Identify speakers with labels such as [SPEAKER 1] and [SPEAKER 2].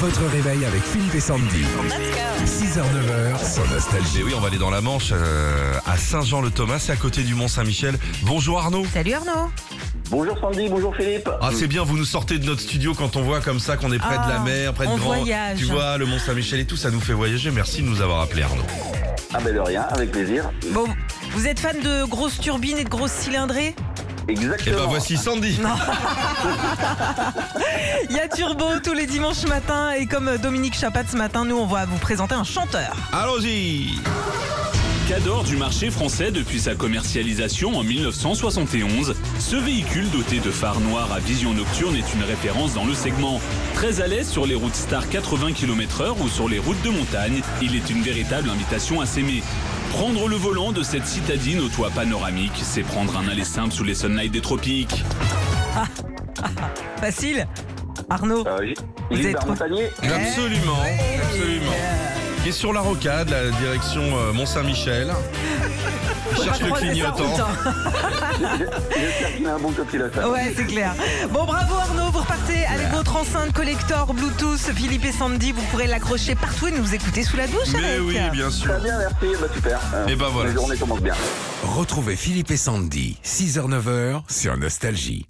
[SPEAKER 1] Votre réveil avec Philippe et Sandy. 6h, 9h, sans nostalgie.
[SPEAKER 2] Mais oui, on va aller dans la Manche, euh, à Saint-Jean-le-Thomas, c'est à côté du Mont-Saint-Michel. Bonjour Arnaud.
[SPEAKER 3] Salut Arnaud.
[SPEAKER 4] Bonjour Sandy, bonjour Philippe.
[SPEAKER 2] Ah, c'est bien, vous nous sortez de notre studio quand on voit comme ça qu'on est près de la
[SPEAKER 3] Ah,
[SPEAKER 2] mer, près de
[SPEAKER 3] on
[SPEAKER 2] Grand.
[SPEAKER 3] voyage.
[SPEAKER 2] Tu vois, le Mont-Saint-Michel et tout, ça nous fait voyager. Merci de nous avoir appelé Arnaud.
[SPEAKER 4] Ah ben de rien, avec plaisir.
[SPEAKER 3] Bon, vous êtes fan de grosses turbines et de grosses cylindrées
[SPEAKER 2] Et
[SPEAKER 4] Exactement.
[SPEAKER 2] ben voici Sandy.
[SPEAKER 3] Il y a Turbo tous les dimanches matins et comme Dominique Chapat ce matin, nous on va vous présenter un chanteur.
[SPEAKER 2] Allons-y.
[SPEAKER 5] Cador du marché français depuis sa commercialisation en 1971, ce véhicule doté de phares noirs à vision nocturne est une référence dans le segment. Très à l'aise sur les routes stars 80 km/h ou sur les routes de montagne, il est une véritable invitation à s'aimer. Prendre le volant de cette citadine au toit panoramique, c'est prendre un aller simple sous les sunlights des tropiques.
[SPEAKER 3] Facile Arnaud
[SPEAKER 4] Euh, Gi-
[SPEAKER 3] Vous
[SPEAKER 4] Gilbert
[SPEAKER 3] êtes-
[SPEAKER 4] Montagnier.
[SPEAKER 2] Absolument,
[SPEAKER 3] Ouais.
[SPEAKER 2] absolument. Qui est sur la rocade, la direction euh, Mont-Saint-Michel. Il
[SPEAKER 3] Faut
[SPEAKER 2] cherche
[SPEAKER 3] pas
[SPEAKER 2] le
[SPEAKER 3] croiser ça tout le
[SPEAKER 2] clignotant.
[SPEAKER 3] temps.
[SPEAKER 4] J'espère qu'il a un bon copilote.
[SPEAKER 3] Ouais, c'est clair. Bon, bravo Arnaud, vous repartez avec votre enceinte collector Bluetooth Philippe et Sandy. Vous pourrez l'accrocher partout et nous écouter sous la douche
[SPEAKER 2] Mais
[SPEAKER 3] avec.
[SPEAKER 2] oui, bien sûr.
[SPEAKER 4] Très bien, merci. Bah super. Euh,
[SPEAKER 2] Eh ben voilà.
[SPEAKER 4] La journée commence bien.
[SPEAKER 1] Retrouvez Philippe et Sandy, 6h, 9h, sur Nostalgie.